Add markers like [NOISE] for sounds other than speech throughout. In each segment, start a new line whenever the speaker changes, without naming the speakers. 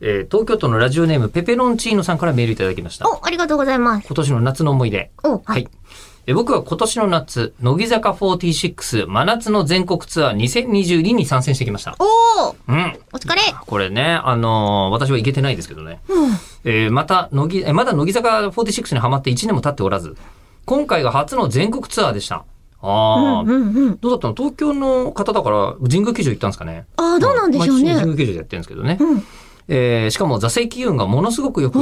えー東京都のラジオネームペペロンチーノさんからメールいただきました。
お、ありがとうございます。
今年の夏の思い出。
お、
は。い。え僕は今年の夏、乃木坂46真夏の全国ツアー2022に参戦してきました。
おー
うん。
お疲れ
これね、あのー私は行けてないですけどね。
うん。
えーまた、乃木、えまだ乃木坂46にハマって1年も経っておらず、今回が初の全国ツアーでした。ああ、
うんうんうん。
どうだったの東京の方だから、神宮球場行ったんですかね。
ああ、どうなんでし
ま
ょう
あ
ね
神。宮球場でやってるんですけどね。
うん。
えーしかも座席運がものすごくよく、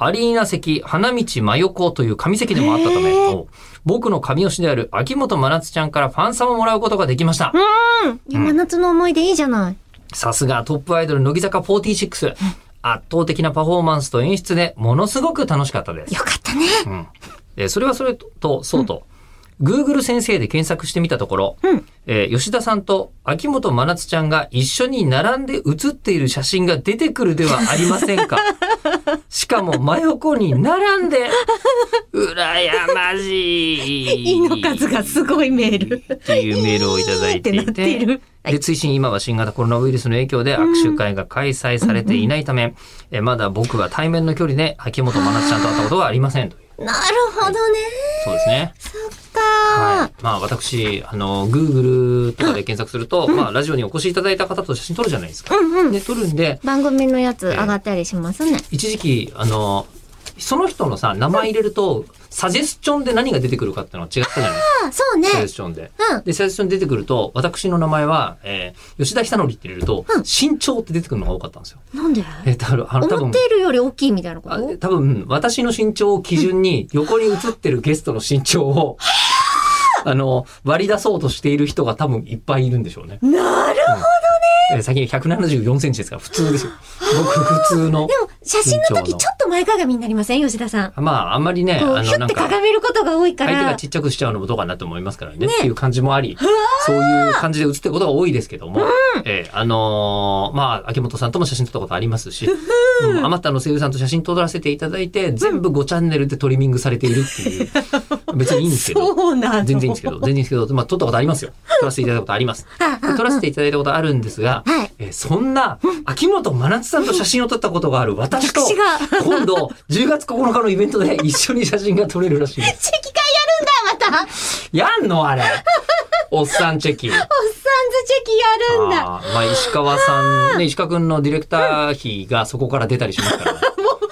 アリーナ席、花道真横という紙席でもあったため、お僕の神推しである秋元真夏ちゃんからファンサをもらうことができました。
いや真夏の思い出いいじゃない。
さすがトップアイドル乃木坂46。圧倒的なパフォーマンスと演出でものすごく楽しかったです。
よかったね。
うんえーそれはそれと、そうと、Google 先生で検索してみたところ、
うん
えー吉田さんと秋元真夏ちゃんが一緒に並んで写っている写真が出てくるではありませんか。
[LAUGHS]
しかも真横に並んで、羨ましい。
いの数がすごいメール。
っていうメールをいただいてい
いいってなっているはい
で、追伸今は新型コロナウイルスの影響で握手会が開催されていないため、えーまだ僕は対面の距離で秋元真夏ちゃんと会ったことはありませんという。
なるほどね。
そうですね。
そっか
はい。まあ私、あの、Google とかで検索すると、まあラジオにお越しいただいた方と写真撮るじゃないですか。
ー。うんうん。
で、撮るんで、
番組のやつ上がったりしますね。
一時期、あの、その人のさ、名前入れると、サジェスチョンで何が出てくるかっていうのは違ったじゃない
ああ、そうね
サジェ。スチョンで。
うん。
で、サジェスチョン出てくると、私の名前は、えー吉田久典って入れると、
うん
身長って出てくるのが多かったんですよ。
なんで
えー、多分、あの、多
思
分
って、いるより大きいみたいなこ
あ
と
多分、私の身長を基準
[LAUGHS]
に、横に写ってるゲストの身長を、あの、割り出そうとしている人が多分いっぱいいるんでしょうね。
なる
えー最近174センチですから、普通ですよ。僕、普通の
で。も、写真の
身長
時
の
ちょっと前かがみになりません吉田さん。
まあ、あんまりね、
こ
あ
う、ひ
の、
ゅ
なん
って
か、
かがめることが多いか
相手が
ら。
ちっちゃくしちゃうのもどうかなと思いますからね、っていう感じもあり、そういう感じで写ってることが多いですけども、えーあのーまあ、秋元さんとも写真撮ったことありますし、うんあまたの声優さんと写真撮らせていただいて、全部5チャンネルでトリミングされているっていう、別にいいんですけど、
[LAUGHS] そうなの。
全然いいんですけど、全然いいんですけど、まあ、撮ったことありますよ。撮らせていただいたことあります。
ああ
で撮らせていただいたことあるんですが、
はい
えーそんな、秋元真夏さんと写真を撮ったことがある私と、
私が
今度、10月9日のイベントで一緒に写真が撮れるらしいです。
チェキ会やるんだ、また。おっさんず
やんのあれ。おっさんチェキ。
チェキやるんだ。
あーまあ、石川さん、ね、石川くんのディレクター費がそこから出たりします
[LAUGHS]
からね。
その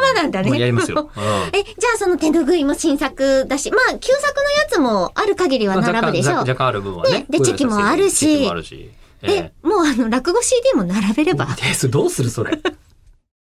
ままなんだね。
もうやりますよ。。
[LAUGHS] え、じゃあその手拭いも新作だし、まあ、旧作のやつもある限りは
まあ
並ぶでしょう
若干、。若干ある分はね
ね。でチェキもあるし
チェキもあるし。え
え、もうあの、落語 CD も並べれば
[LAUGHS] ー。でそれどうするそれ。